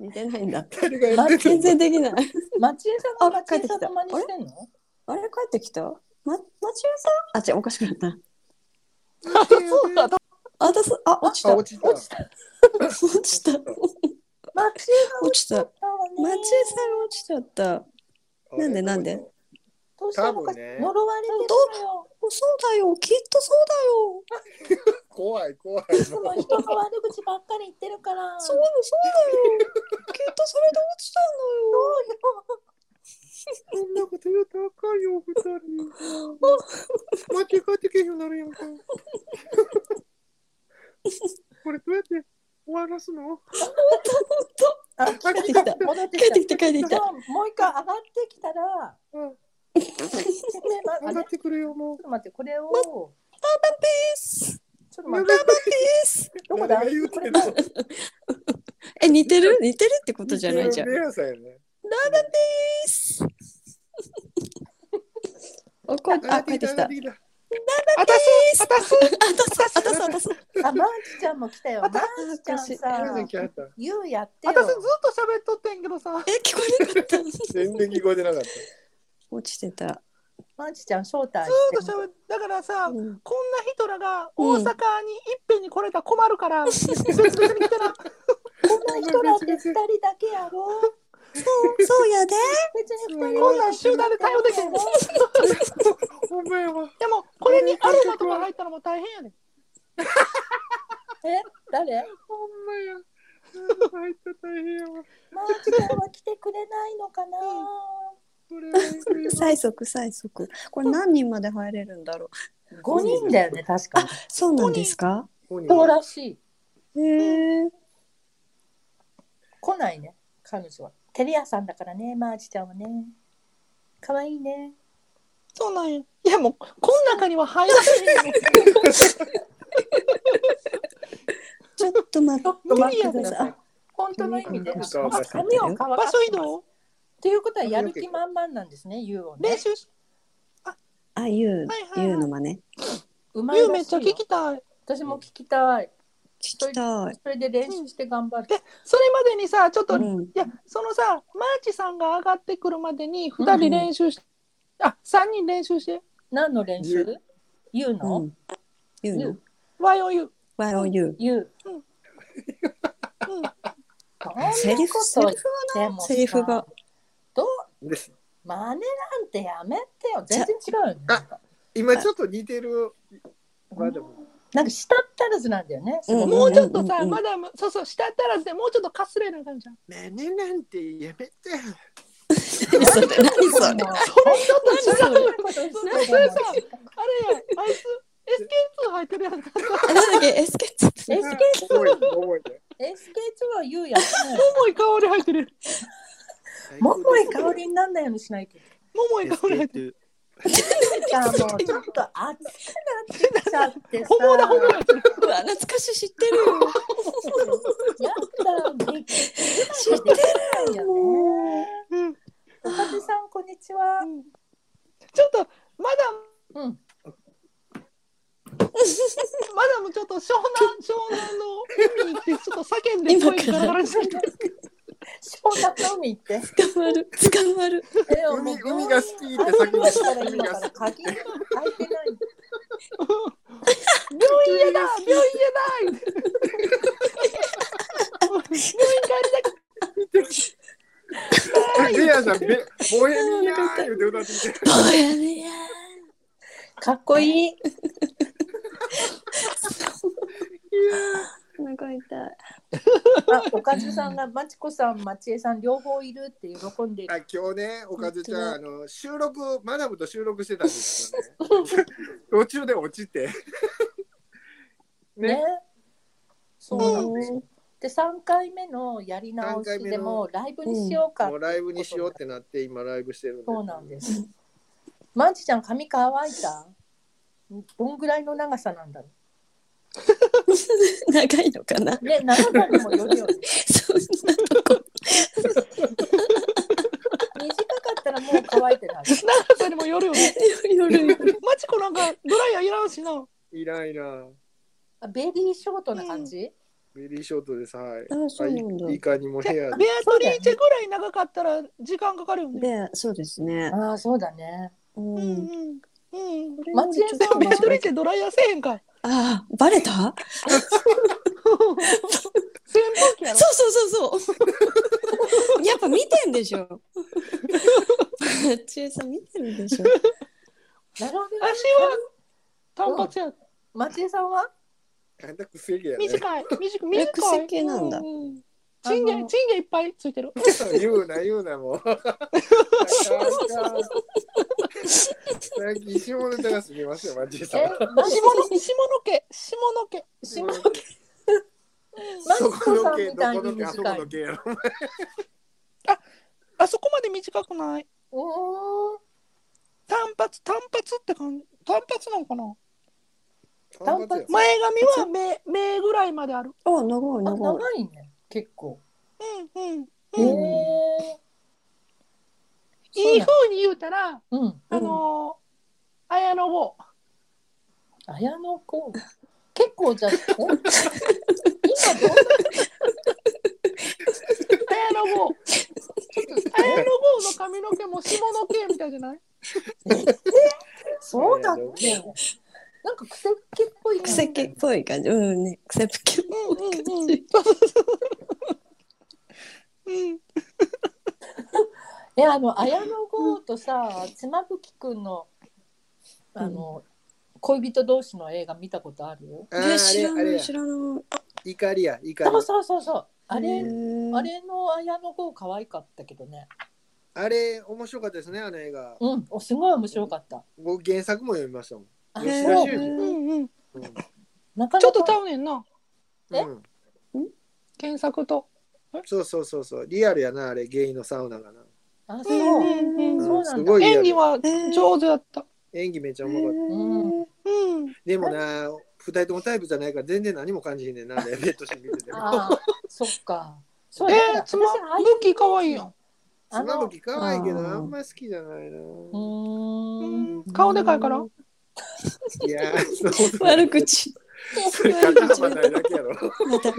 似てないんだ。
誰がやってんの
全然できない。
町江さんが
あ帰っ
町江
て
さ
き
ん
た
の真似してんの？
あれ帰ってきた？ま、マチューさんあ、違う、おかしくなった。
そうだ
あ、だす、あ、落ち
あ
た。
落ちた
落ちた。落ちた。
マチ
落ちた。
ュさんはね
マチューさん落ちちゃった。なんでなんで
ど
どうしたのか
多分ね
呪われてるのよ。
そうだよ、きっとそうだよ。
怖い怖い。
いつも人の悪口ばっかり言ってるから。
そう、そうだよ。きっとそれで落ちた
そんなこと言うとあかんよ、二人。間違ってけへんようになるやんか。これどうやって終わらすの
あ
帰って
きた
戻って
帰
き
って
た
きた、帰ってきた。
もう一回上がってきたら。
うん
ねまあ
頑
れちょ
張っ
って
くれよ、もう。
と待って、これを。
です
ちょっと
頑
待っ、
張って
です
どこだ。
誰が言うて
こ
ん
れ
の
だ。
え、似てる似てるってことじゃないじゃん。で
レアさんやね。
す あ、こあ、帰ってきた。あ、
あたすあたす
たす、あたす、あたす。
あ、マーチちゃんも来たよ。マーチちゃん
あ
さ
たす。来はった
ゆうやって
あ
よ
たすずっと喋っとってんけどさ
え、聞こえなかった。
全然聞こえてなかった。
落ちてた。
マーチちゃん招待
ず
して
っと喋っだからさ
うん
こんな人らが
うん
大阪にいっぺんに来れたら困るから、別々に来てな
こんな人だって二人だけやろ
そう、そう やで。
別に二人
こんなん集団で対応できへんもん
お前は。
でもこれにアロマとか入ったらもう大変やねん
え誰
ほんまや。あ入った大変やわ。
マーチちゃんは来てくれないのかな
これはびっくりやわ
最速、最速。これ何人まで入れるんだろう。
五人だよね確かに
そうなんですか。
本人
そう
は
らしい
へえ。
来ないね彼女はテレ屋さんだからねマーチちゃんはね可愛いね
そうなんやいやもうこん中には入らへんねん
ちょっと待
ちょっ
っ
と
て
待って
く
くだ
ださ
さ
い
い。本当の意味で
髪を乾か
あ
す
髪を乾か
場
す
所移動
っていうことはやる気満々なんですねユウをね
練習し
あ、ゆう
はい、はいはい
ゆうの真似。
うまい
ゆう
ら
めっ
し
ちゃ
いよ
聞きたい
私も聞きたい
聞きたい。
それで練習して頑張る
それまでにさちょっと、
う
い
ん。
やそのさマーチさんが上がってくるまでに2人練習して、あ三3人練習して
何の練習ユウ
う
の
ん。ゆうの。
YOU
Why on you?
ユウ
うん
セリフ、セリフ
でもさ
セリフが。
どう
です
真似なんてやめてよ。全然違うよね。
あ
なんか
今ちょっと似てる。まあでも。
なんか舌足らずなんだよね。すごい
うん
もうちょっとさ、
うん
まだそうそう舌足らずでもうちょっとかすれなあかんじゃん
ねねなんてやめて。
何それ何そ
も
れ
う
ちょっと違う
そういうことすると思う
それさあれやあいつ SK2 入ってるやんか
あなんだっけエスケッチ
SK2
重い重いね。
SK2 は言 うやん。
桃井かおり入ってる
桃井香りになんないようにしないと。
桃井かおり入ってる
SK2
じゃあもうちょっと熱くなってきちゃってさ。
ほぼだほぼだ
うわ懐かしい知ってるよ
やったびっくり
知ってる
だよね。
も
うん
おかじさんこんにちは。
ちょっとまだ
うん。
まだもうちょっと湘南湘南の海に行ってちょっと叫んで
今
声
から
がガラガラになってる
湘南の海行って。
う捕まる捕まる
え
海海が好きって
先
先
に
に
言ったら
海
今
が
から
好
鍵開いてない
病院やだ病院やだ病院帰りたく
き。レアさんべボヘミアン言うて歌ってきてる。
ボヤネや
かっこいい
お腹痛い
あおかずさんがまちこさんまちえさん両方いるって喜んで
あ
る
今日ね、おかずちゃん、あの収録、マダムと収録してたんですよね。途中で落ちて。
ね
ね、
そう
う
なんんですで3回目のやり直しでもライブにしようか、
もうライブにしようってなって、今ライブしてるんで。
そうなんですまんちちゃん髪乾いたどんぐらいの長さなんだろ
長いのかな
うね長さにもよるよね
そんなとこ
短かったらもう乾いてない
長さにもよるよね
夜
マチコなんかドライヤーいらんしない
ないな。
あベリーショートな感じ、
ベリーショートです。はい。
あそうなんだ
はいいかにも部屋
ベ
で。
アトリーチェぐらい長かったら時間かかるよね
でそうですね
ああそうだね
う
うんんうん。
町江さん
ベ
は
アドリーチェドライヤーせえへんか。
ああ、バレたそう
扇風機やろ。
そうそうそう。 やっぱ見てんでしょ。町江さん見てるでしょ。
なるほどね
足は単発や。
町江さんは
あんたくせ毛やね。
短い。短い。
え
短
癖
い。
系なんだ
ううチンゲ、
あの
チンゲいっぱいついてる。
言うな言うなもう。最近下ネタが過ぎますよマジさん。
え
下の、下の毛、下の毛。
下の毛
そこの毛どこの毛あそこの毛やろ。
あそこまで短くない。
おー
単発、単発って感じ。単発なんかな。
単発
前髪は目、目ぐらいまである。
あ、長い
あ
長い。
長いね結構
うん、うん。
へ
うん
え
いい風に言うたら、
うん
あのー、綾野剛。
綾野剛結構じゃあえ今どんな
綾野 剛。綾野剛の髪の毛も下の毛みたいじゃない。
そうだっけなんか癖っ気っぽいな
癖毛っぽい感じ。うんね。癖っ気っ
うん、うん、うん。そうそうそう。うん。
えあの綾野剛とさ妻夫木くんのあの、恋人同士の映画見たことある
あ
ぽい。
ー
え、
あ
知
れ
ら
あ
な
れ
い
や
知らない。
怒りや怒り
そう。そうそうそうあれ、あ
あ
れの綾野剛可愛かったけどね
あれ面白かったですねあの映画。
うんおすごい面白かった
僕原作も読みましたもん。
あ
吉
そ
田
う
修
う
二。
ん、うん。
うん
なかなか
ちょっとちゃうねんな。
え
うん
検索と。
そうそうそうそうリアルやなあれゲイのサウナがな。
あ
う
そう、
ん、うん。
そうなんだ
すごいリア
演技
ル
は上手だった。
演技めっちゃおもろかった。
う
うん。
でもな二人ともタイプじゃないから全然何も感じひんねんなあれベッドシーン見てても。
ああそっかそうだ
え
か
ー、
ら
つま
私ああい
ぶき可愛いやん。
あ
妻
の
夫木可愛いけど
あー
あんま好きじゃないな。
うーん
顔でかいから。
いやー、そうだ
悪口。
それ肩幅ないだけやろ。
また。
え綾野剛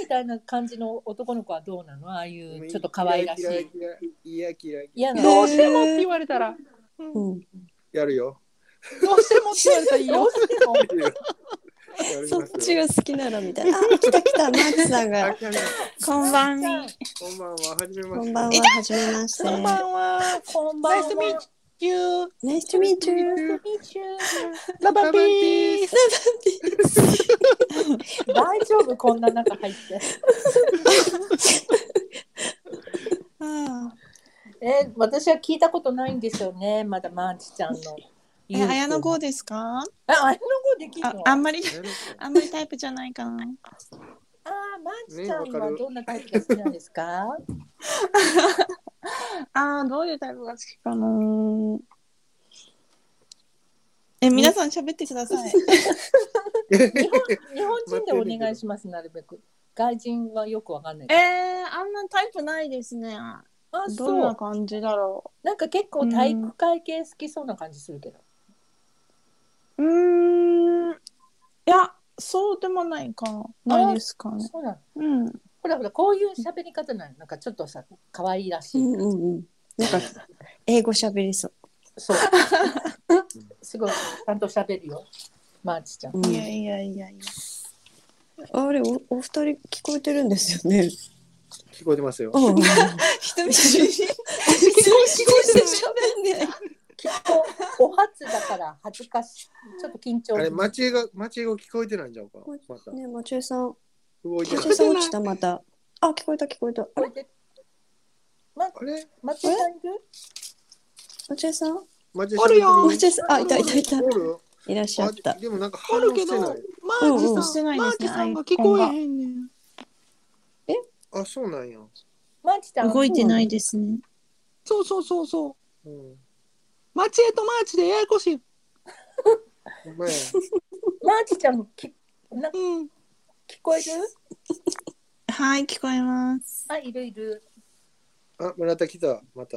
みたいな感じの男の子はどうなのああいうちょっと可愛らし
嫌
い
嫌嫌嫌嫌
嫌な
ど
の
うしてもって言われたら。うん
う
ど
ん。
やるよ。
うしてもって言われたらいい
ど
よ
う。しても
やり
そ
ま
っ
す
ち
よ。
が好きなのみたいな。あ、来た来た、マークさん
あ
が。
きゃな
こんばん。
こんばんは、はじめま
こ
して。
んばんは。はじめまして。
こんばんは。
こんばんは
Nice to meet you.
Nice to meet you.
ラバ
ラバ
ピ
ン
ース。
大丈夫こんな中 入って
あ
え私は聞いたことないんですよねまだマーチちゃんの
え、綾野剛
で
ですか
あ綾野剛できる
あ
の
あ
あ
んまり、
やるか
あんまりタイプじゃないかな。
あーマーチちゃん
ねわか
は
る
どんなタイプが好きなんですか
ああ、どういうタイプが好きかな。え、皆さん喋ってください。
日本日本人でお願いしますなるべく外人はよくわかんない
えー、あんなタイプないですね。
あ
どん
そ
な
う
感じだろ
なんか結構体育会系好きそうな感じするけど
う。うーん。いや、 そうでもないかな。ないですかね。
そうなの
うん。
ほらほらこういう喋り方なのなんかちょっとさ可愛いらし
う
い、
んうんうん。なんか、英語喋りそう。
そうすごいちゃんと喋るよマーチ ちゃん
うん
いやいやいやいや。
あれ、おお二人聞こえてるんですよね。
聞こえてますよ。
うん。
人 見知り。
きっとお初だから恥ずかしいちょっと緊張
あれ、町江が、町江が聞こえてないんじゃんか。また。
ね、町江さん。
動いてない
町江。さん落ちた、また。あ、聞こえた、聞こえた。あ
こ
れ、
れで
あれ、
松井さんいる
町江さん。
町江
おるよ
喋
町江さん。あ、いたいたいた。
りおる。
いらっしゃっ
あ
た。
でも、なんか反
お
応
るけ
して
ど、マ
な
ー
い。
チ
うんうん
し
さ
て
ん、
ない
マ
で
ー
す
チ
ね
さんが聞こえ
ア
へんねん。
あ、そうなんや。
マーチちゃん
動いてないですね。
そうそうそうそう。
うん。
マチエとマーチでややこしい。
お前、
マーチちゃんきな
うん。
聞こえる
はい、聞こえます。
あいるいる
あ、村田来た、また。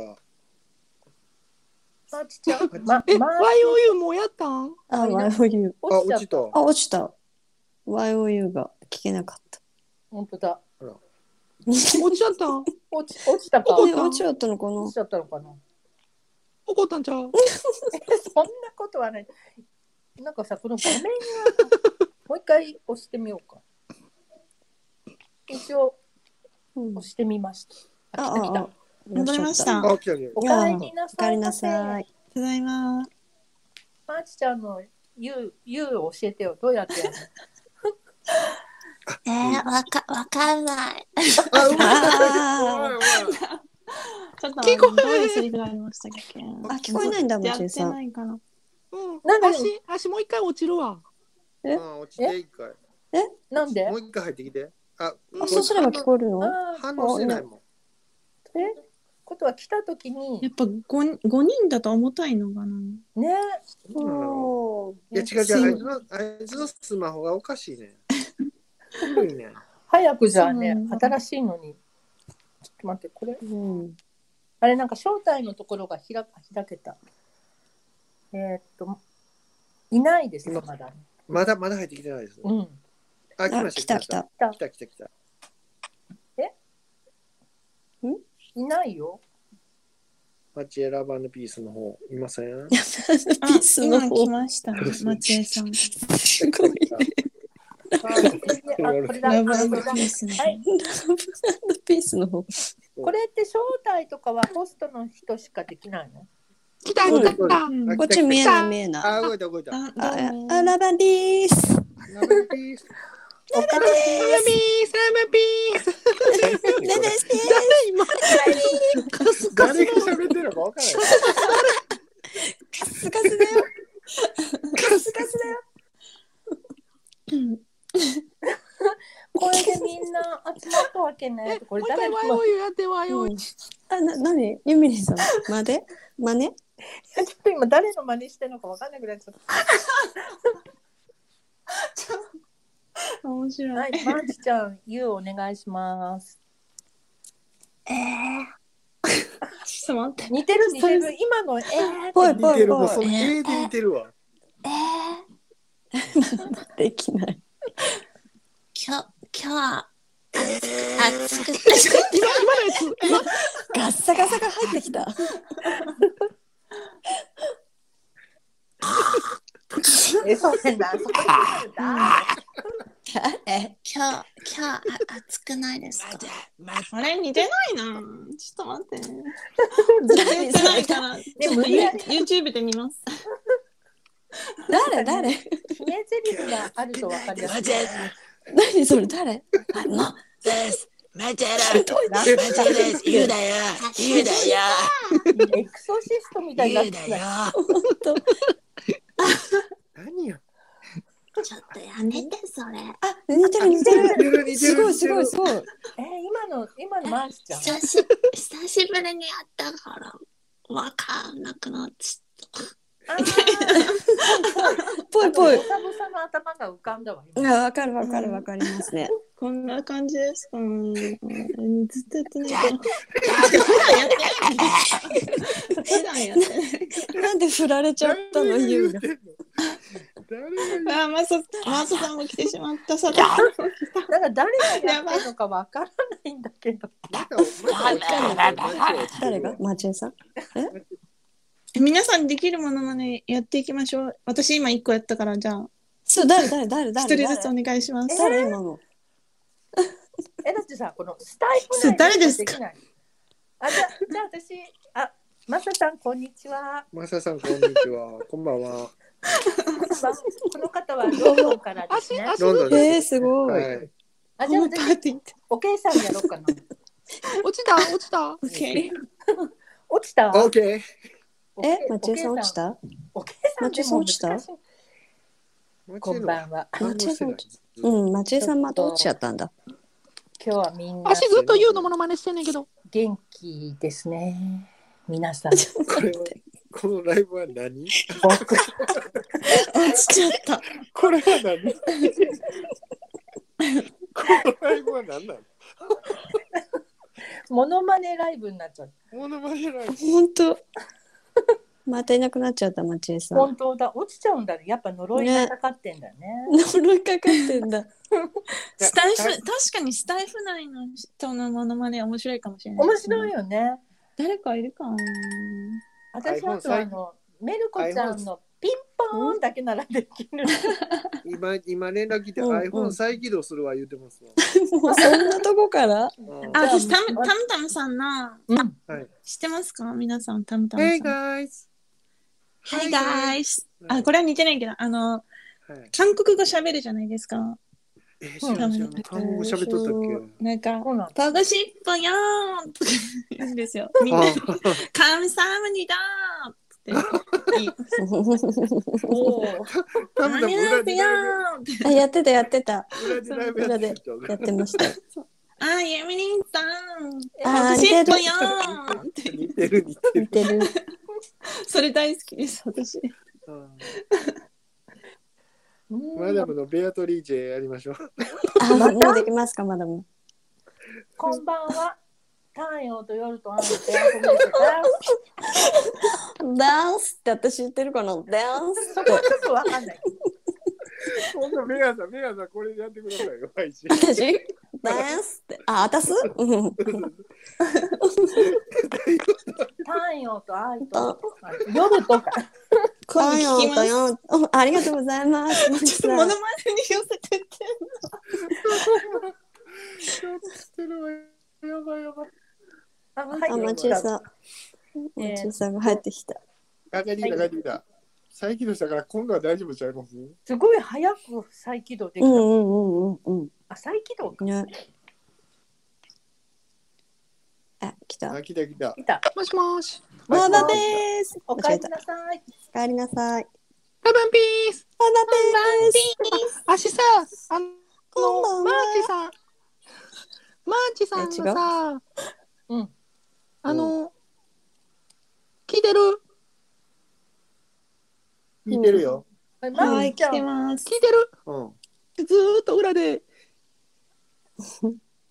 マーチちゃんま
え、
マ
YOU もうやったん
あ、YOU。
あ、
落ち
落
ちゃ
ち。
った
あ、落ちた。YOU が聞けなかった。
本当だ
落ちちゃったん
落ち落ちたか
ね、落ちちゃったのかな
落ちちゃったのかな
怒ったんちゃう
そんなことはない。なんかさ、この画面がもう一回押してみようか。一応
うん
押してみました。
あ
あ、来た来
あ
た
あ。戻
戻りました
あ、来たね。
おかえりな
おか
さい
えり
ま
な
せ。
さい。
ただいま。
まーちちゃんの U, U を教えてよ。どうやってやるの
えー、わか、わかんない。
あ、うまい
あ。
うまい
ちょっと、
聞こえへん
どういうセリフがありましたっけ
あ、聞こえないんだ、も
やっ
ち
て
さん。
ないかな。
うん
なんか
足、足もう一回落ちるわ。
え
うまいうん落ちて一回。
なんで
もう一回入ってきて。あ、
あ、そうすれば聞こえるの
ああ、
反応してないもん。
えことは来た時に
やっ、ぱ五人五人だと重たいのかな。
ね、
おー
いや違う違う、あいつの、あいつのスマホがおかしいね。古いね。
早くじゃあね
そうなん、だ
新しいのに。ちょっと待って、これ。
うん。
あれ、なんか正体のところが開開けた。えーっと、いないですね、まだ。
まだまだ入ってきてないですね。
うん。
あ、来
あ、
ま
来
したた
来
来
た
た。
た
来た来た来た。
いない よ。
マチエラバンのピースの方、いません
ピースの
今来
方。
ましたね。松江さ ん。
すごいね。
あ、これだ。
ラ
あ
ブラ
こ
ブ
れだ
ピースの。
はい
ラブピースの方。
これって招待とかはホストの人しかできないの
来た
そう
来
で
た
す
来た。
うん
こっち見えない見えない。
あ、動いた動いた。
あ、
あ
どうも、
あラバンディース。
ラバンピース。
おか
サラミー、サラミピース。
ラバンステ
誰今
誰が喋ってるのかわからない。
ース。ガスだよ。ガスガスだよ。
これでみんな集まったわけね。こ
もう
れ
一
誰
回
も
ワイオイやってワイオイ。
あ、な、なに、ユミリンさん、まで、まね。
ちょっと今誰の真似してるのかわかんなくなっちゃった。
面白。
はいい、まーちちゃん、ゆうお願いします。
ええ。
ちょっと待って。
似てる似てる。今のえーって
ぽいぽ
似
い
てるもん、そ
ぽ
の
い。
絵で似てるわ。
ええ。できない。今日、今日は。暑く て。
今今のやつ。 今
ガッサガサが入ってきた。
え、そうなんだ。そこ にあるんだ。
え、今日、今日、あ、暑くないですか。
あれ似てないな。ちょっと待って。
誰
似てないかな。
で無理やり
YouTube で見ます。
誰、誰。
決め台詞があるとわかりやすい。
何それ、誰。あ、もう。
エクソシストみたいになってきた。
本
何や。
ちょっとやめてそれ。あ、似てる似て
似て
る。
る似てる。
すごいすごい
似て
すごい。
えー、今の今のマー チちゃん。
し久しぶりにやったからわかんなくなっち
あー
ゃった。ぽいぽい。
ボサボサの頭が浮かんだわ。
あ、
今
わかるわかるわかりますね。
こんな感じですか。うんずっとやってないけど。普段やってない。
なんで振られちゃったの
誰が言
ゆう
う
が。
てんの誰が言う
あ、マサ、マサさんも来てしまった。さて、あ
なんか誰がやってるのかわからないんだけど。
またまたまた
誰が？マチエさん。
皆さんできるものまねやっていきましょう。私今一個やったから、じゃあ、
そう誰誰誰
一
誰。
人ずつお願いします。
誰今の。
えだってさこのスタイル
そう誰ですか
きないあじゃあじゃあ私あマサさんこんにちは。
マサさんこんにちは。こんばんは。
こんばんはこの方はロンドンからですね。
足
あ
足
ロンドン
え
で
ー、
す。
すご。
はいい。
じゃあ
ホームパ
私
ーティーって。
おけいさんやろうかな。
落ちた落ちた。
オッケ
落ちた。
オッケー。
え、マチエさん落ちた？
おけいさんおけいさんでも難しい
マチ
こんばんは。
反応してない。
うん、マチエさんまた落ちちゃったんだ。
今日はみんな
足ずっとユウのモノマネしてんねんけど。
元気ですね。皆さん。
これはこのライブは何？
僕
落ちちゃった。
これは何？このライブは何なの？
モノマネライブになっちゃった。
モノマネライブ。
本当。またいなくなっちゃったマチエさん。
本当だ。落ちちゃうんだね。やっぱ呪いがかかってんだね。
呪いかかってん だ。
スタイフ、確かにスタイフ内の人のものまね面白いかもしれない。
面白い。よね。
誰かいるかな
私は
iPhone
あとあのメルコちゃんのピンポーンだけならできる。
今、今連絡来て
うんうん
iPhone 再起動するわ言うてますわ。
もうそんなとこから
うん
あ、私、タムタムタムさんの、
うん、
知ってますか皆さん、タムタム
Hey
さん。
guys!
Hi
Hi
guys! あ、これは似てないけど、あの、
はい
韓国語喋るじゃないですか。
えー、知らん知らん韓国語喋っとったっけ
なんか、
そうなんだ。
パグシップよーんとか言うん ですよ。みんな、
あ
カムサムニだーって。
多
何
分
やっ
裏
て
で
よ
ラ
ー
イ
って。
あやってたやってた
ブ裏でライブやってる人
やってました
あ、ユミリンさん。パ
あー
グシップよーんって。
似てる似て
似
る。
てる
それ大好きです、 私。
うん
うん
マダムのベアトリージェやりましょう。
あもうできますかまだも
こんばんは。太陽と夜と雨と夜と夜と
ダンスって私言ってるかなダンス
そこはちょっとわかんない。
今度ベアさん、ベアさんこれやってくださいよ、配信。
私ダンスってあ私うん
太陽と愛と夜とか。
今
今度聞きます
よありがとうござい ます
ちょっとモノマネに寄せてって。
やばいやばい。
あ、は
あマチューさんマチューさんが入ってきた
帰ってきた、帰ってきた。再起動したから今度は大丈夫ちゃいます
すごい早く再起動でき
う
た。
んうんうんうん
あ、再起動
うんねあ来た
あ、来た来た。
来た。
もしもし。
マダで
です。
おかえりなさい。
お帰りなさい
バイバンピース。
マダです
あしさ、あの、
こんばんは
マーチさん。マーチさんがさ、
え違ううん。
あの、聞いてる
見てるよ。
ま
は
み
い、
ちゃ
来
ん
てます。
聞いてる
うん。
ずーっと裏で。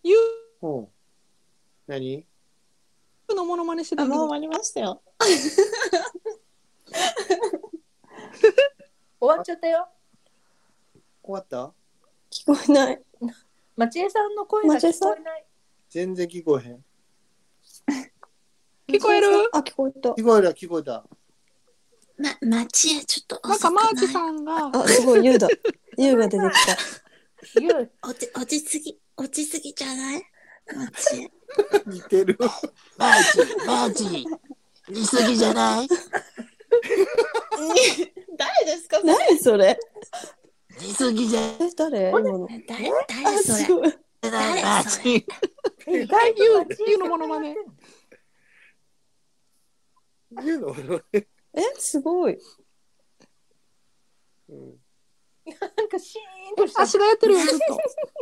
ゆ
うん。何
うのモノマネして
あ、
たけ
もう
ど。
終わりましたよ。
終わっちゃったよ。
終わった
聞こえない
町江さんの声が聞こえない。
全然聞こえへん。
聞こえる
あ聞こえた
聞こえた、聞こえた。
ま、町へちょっと
なん
遅
か
く
マ
な
ーチ
い。
さんが、
あすごい優だ優が出てきた
ゆう、
落ち、落ちすぎ、落ちすぎじゃない町へ。
似てる。
マーチ、マーチ、似すぎじゃない
誰ですか
何それ
似すぎじゃ
え誰今の
誰、
あ
誰そ
す
れ
ごい
誰それ
チ。
意外と町江さん
ゆうのモノマネ。
言うの
えすごい
うん。
なんかシーンとした
あ。しがやってるよ、ずっ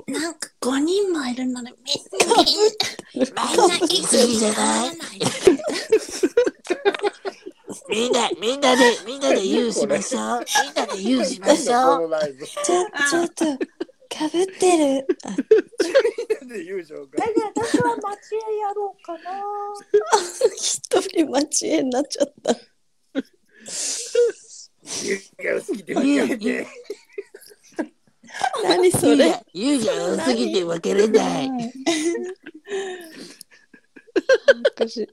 と。
なんか5人もいるのに、みんな、みんな、みんな、似すぎじゃないみんな、みんなで、みんなで言うしましょう。みんなで言うしましょ
こ
う。
のライブ。
ちょちょっとかぶってるあ
みんなで言うじゃんか
え、じゃあ私は町江やろうかな。
一人待ち絵になっちゃった
言うが多すぎて分
言
けて
う、
何そ
言う
れ
じゃ、言うじゃ多すぎて分けれ ない。
昔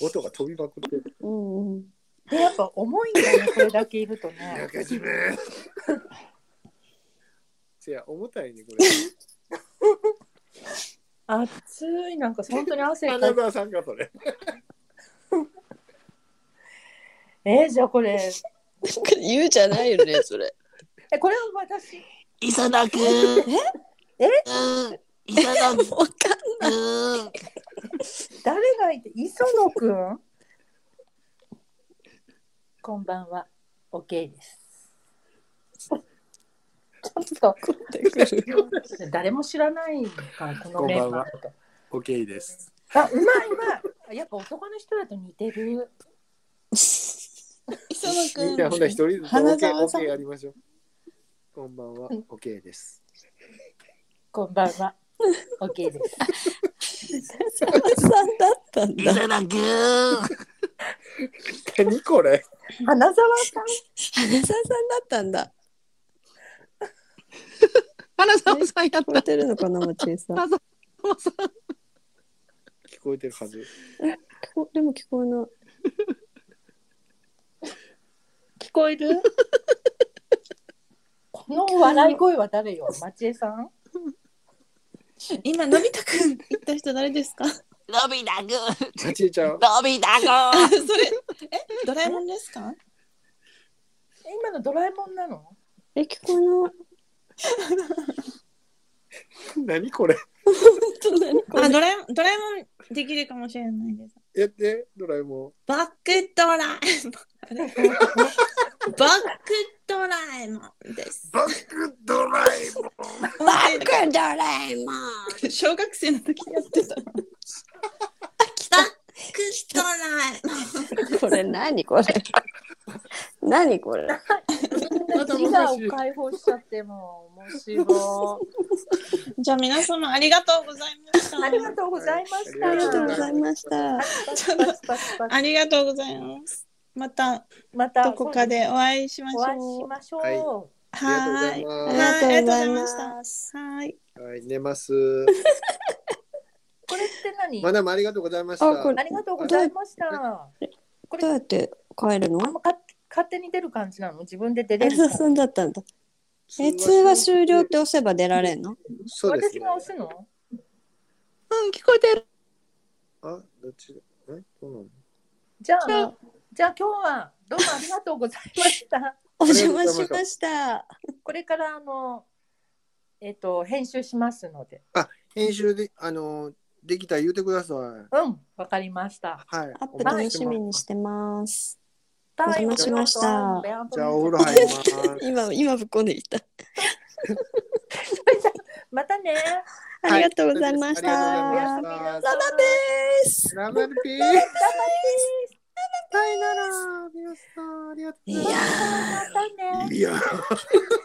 音が飛びまくってる。
うんうん
で、やっぱ重いんだよね、これだけいると ね。
中島。せや、重たいね、これ。
暑い、なんか本当に汗か
花
いて。
澤さんがそれ。
えじゃあこれ。
なんか言うじゃないよねそれ
え、これは私。
磯野くん。
え
うん磯野くん。
わかん
うん
誰がいて、磯野くん。こんばんは。オッケーです。ちょっ
ないくる
と、誰も知らないから、このメンバーだと。
オッケーです。
あ、うまいうまい。やっぱ男の人だと似てる。
磯野
みんなほん
く。
なん一人ずつオ
花
ッケー、
澤
オッ
さん
ケーやりましょう。こんばんは、オッケーです。
こんばんは。オッケーです。
さんだったんだ
磯野くん。
何これ
花沢さん。
花澤さんだったんだ
花澤さんやっ
聞こ
た
え。てるのかなまちえさん
花澤さん
聞こえてるはず。
聞こでも聞こえない
聞こえ るこの笑い声は誰よ町江さん
今のび太くん言った人誰ですか
のび太くん、
ちえちゃん、
のび太
あ
く
それえドラえもんですか
今のドラえもんなの
え聞こえない
何これ。
ん。
あドラえもんドラえもんできるかもしれないです。
やって、ドラえも
バックドラえもんあれ バックドラえもんです
ん。バックドラえもん。
バックドラえもん。
小学生の時やってた。
ドラえもん。
これ何これ何これ
まだ
自我
昔
を解放しちゃってもう面白
じゃあ皆様ありがとうございまし
いありが
た。
とうございました
あ
あ
り
り
がと
がと
う
う
ご
ご
ざ
ざ
い
いました
パチパチパチパチ
ありがとうございます。また
また
どこかでお会いしまし
お会いし
ょう。
ましょう、
はい
は
あり
い。
が
あ
とうござい
り
ま
がとうございま
はいありがとう
し
ございますはい。
はい、寝ます。
これって何、
マダムありがとうございまし
あこれ
た。
ありがとうございました
たどうやって帰るの
あんまか勝手に出る感じなの自分で出れ
え
るの
そうそうだったんだえ通話終了って押せば出られんの
そうです、
私
ね。
が押すの
うん聞こえてる。
あ、どっちだ。え、どうなの。
じゃあじゃあ今日はどうもありがとうございました
お邪魔しました
これからあのえっ、と編集しますので
編集で、あの、できたら言うてください。
うんわかりました
はい。
アップ楽しみにしてます
お
邪魔しました
じゃあ、お風呂入ります。
今今ぶっこんでいた
またね
ありがとうございました、
ありがとうございました。
です
ラブピース。さよなら、皆さん、ありがとうござい
いや
ます。
またね
いやー。